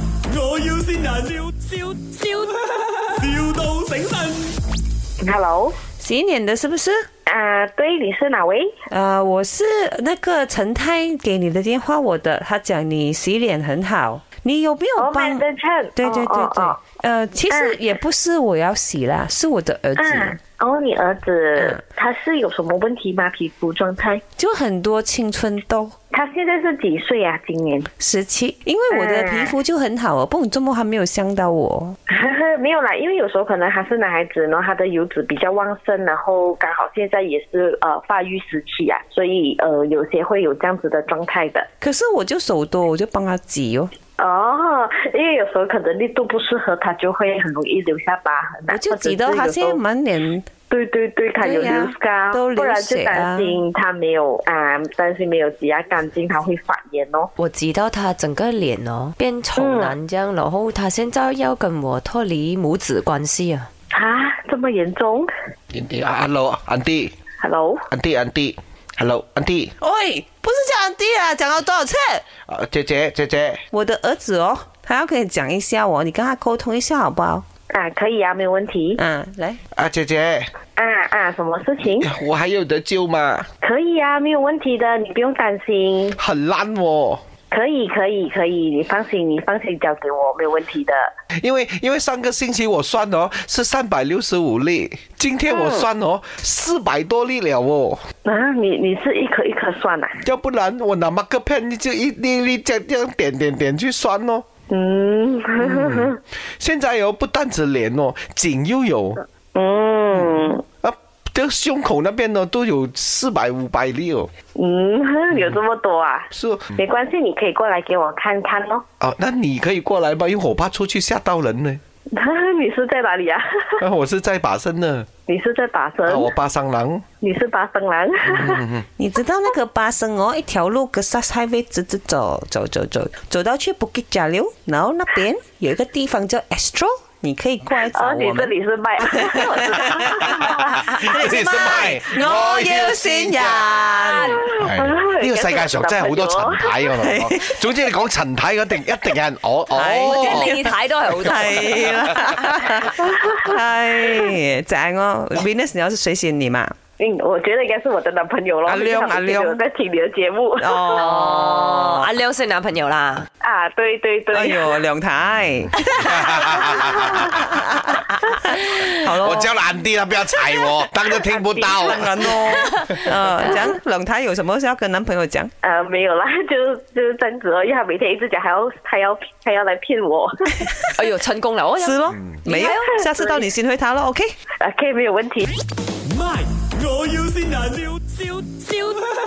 要先人，笑笑笑，, 笑到醒神。 Hello，几年的，是不是？啊、对，你是哪位？呃，我是那个陈太给你的电话，我的，他讲你洗脸很好，你有没有哦，帮曼？登称。对对对哦对哦，呃，其实也不是我要洗啦，是我的儿哦子嗯，，哦，你儿嗯子他是有什么问题吗？皮肤状态？就很多青春痘。他现在是几岁啊？今年？ 时期，因为我的皮肤就很好哦，不过你这么还没有伤到我。没有啦，因为有时候可能他是男孩子，然后他的油脂比较旺盛，然后刚好现在也是呃发育时期啊，所以呃有些会有这样子的状态的。可是我就手多，我就帮他挤哦，哦，因为有时候可能力度不适合，他就会很容易留下疤痕啊、我就挤到或他者是现有在时候满脸对对对，他有对呀流沙，都不流然就血啊担心他没有啊、担心没有挤压干净，他会发炎哦。我挤到他整个脸哦变嗯丑男这样，然后他现在要跟我脱离母子关系啊。啊，这么严重 Ah, Hello, Auntie, ？Hello， Auntie, Auntie, Hello, Auntie，喂，不是叫安迪啦，讲了多少次？呃姐姐，姐姐，我的儿子哦，还要跟你讲一下哦，你跟他沟通一下好不好？啊，可以啊，没有问题。嗯，来，啊，姐姐，啊啊，什么事情？我还有得救吗？可以啊，没有问题的，你不用担心。很烂哦，可以，可以，可以，你放心，你放心交给我，没有问题的。因为因为上个星期我算哦是三百六十五粒，今天我算哦四百多粒了哦，啊，你你是一颗一颗啊算呐、要不然我拿马克片就一粒粒这样这样点点点去算哦。嗯现在哦不单只脸哦，颈又有 嗯啊，这个胸口那边呢哦都有四百五百粒哦，嗯，有这么多啊？是哦嗯没关系，你可以过来给我看看哦。哦，那你可以过来吧，因为我怕出去吓到人呢。 你是在哪里啊？ 啊，我是在把身呢，你是在巴生？啊，我嗯巴生郎，你是巴生郎？你知道那个巴生哦，一条路格萨塞威直直走走走走，走到去布吉加流，然后那边有一个地方叫 Astro，你可以过 来找哦，我你这们。里是 卖。啊这里是卖我要先人。哎 呢個世界上真係好多陳太我同你講。總之你講陳太嗰定一定有人我或者哦。你睇都係好多。系 啦，哎，正哦，Venus 你要是水洗你嘛，嗯，我觉得应该是我的男朋友咯。阿亮阿亮我在听你的节目。啊哦哦，，阿亮識男朋友啦， 啊，对对对。哎呦，梁 太，好咯，我叫懶啲啦，不要踩 我，當都聽不到。当然 咯，呃，讲梁太有什么事要跟男朋友讲？ 呃，没有啦，就就是这样子哦，因为他每天一直讲还要还要还要来骗我。 哎呦，成功啦！我有是咯，没有，下次到嗯你先回他咯，OK。啊，可以没有问题。 My，我要先人，笑笑笑。